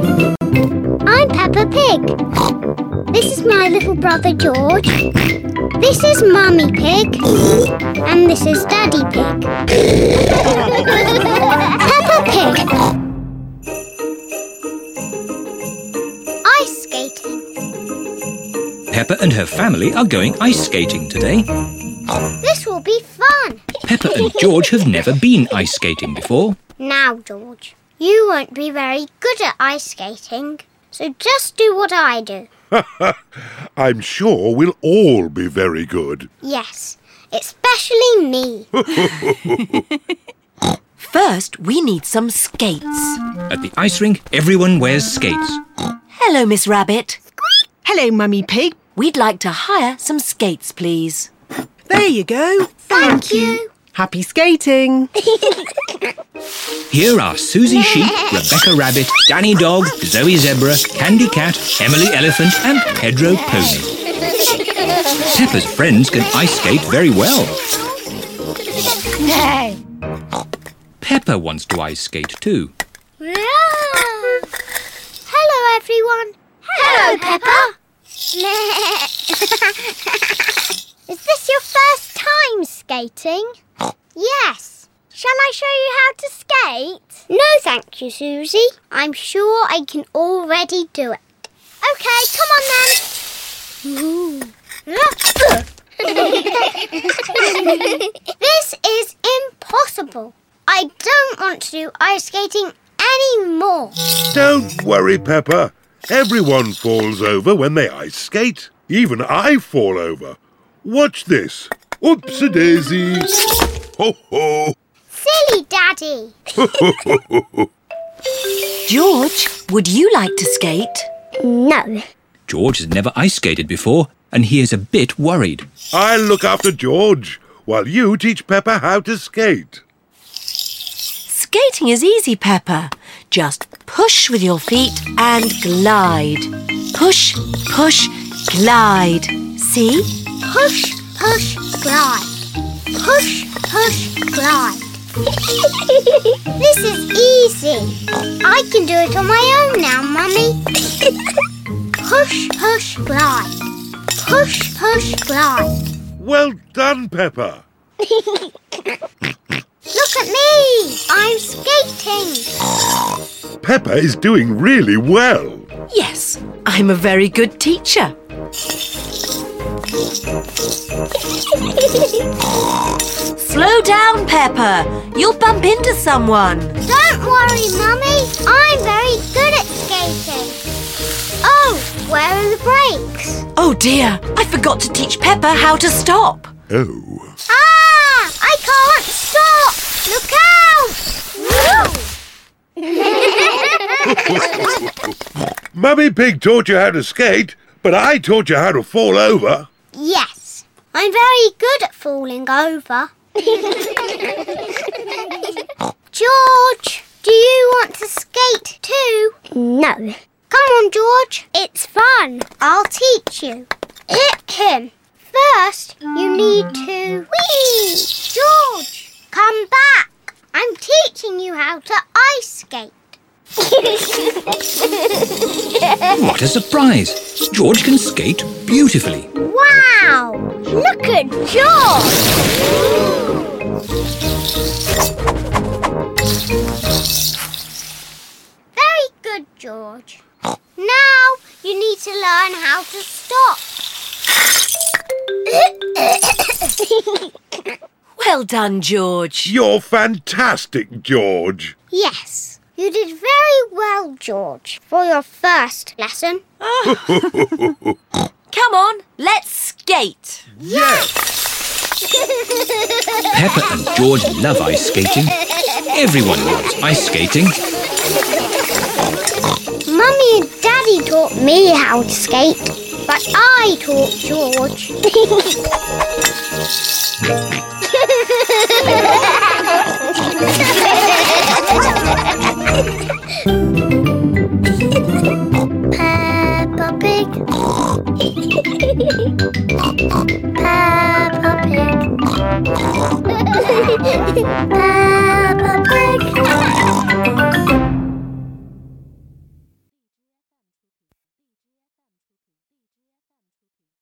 I'm Peppa Pig. This is my little brother George. This is Mummy Pig. And this is Daddy Pig. Peppa Pig. Ice skating. Peppa and her family are going ice skating today. This will be fun. Peppa and George have never been ice skating before. Now, George, you won't be very good at ice skating, so just do what I do. I'm sure we'll all be very good. Yes, especially me. First, we need some skates. At the ice rink, everyone wears skates. Hello, Miss Rabbit. Hello, Mummy Pig. We'd like to hire some skates, please. There you go. Thank you. Happy skating. Here are Susie Sheep, Rebecca Rabbit, Danny Dog, Zoe Zebra, Candy Cat, Emily Elephant, and Pedro Pony. Peppa's friends can ice skate very well. Peppa wants to ice skate too. Hello, everyone. Hello, Peppa. Is this your first time skating? yes. Shall I show you how to skate? No, thank you, Susie. I'm sure I can already do it. Okay, come on then. this is impossible. I don't want to do ice skating anymore. Don't worry, Peppa. Everyone falls over when they ice skate. Even I fall over. Watch this. Oops a daisy. Ho ho. Silly Daddy. George, would you like to skate? No. George has never ice skated before, and he is a bit worried. I'll look after George while you teach Peppa how to skate. Skating is easy, Pepper. Just push with your feet and glide. Push, push, glide. See? Push, push, glide. Push, push, glide. this is easy. I can do it on my own now, Mummy. push, push, glide. Push, push, glide. Well done, Peppa. Look at me. I'm skating. Peppa is doing really well. Yes, I'm a very good teacher. Slow down, Pepper. You'll bump into someone. Don't worry, Mummy. I'm very good at skating. Oh, where are the brakes? Oh dear, I forgot to teach Pepper how to stop. Oh. Ah! I can't stop! Look out! Mummy Pig taught you how to skate, but I taught you how to fall over. Yes, I'm very good at falling over. George, do you want to skate too? No. Come on, George. It's fun. I'll teach you. him. First, you need to. Whee! George, come back. I'm teaching you how to ice skate. What a surprise! George can skate beautifully. Wow! Look at George! Very good, George. Now you need to learn how to stop. Well done, George. You're fantastic, George. Yes, you did very well, George, for your first lesson. Come on, let's skate. Yes. Peppa and George love ice skating. Everyone loves ice skating. Mummy and Daddy taught me how to skate, but I taught George.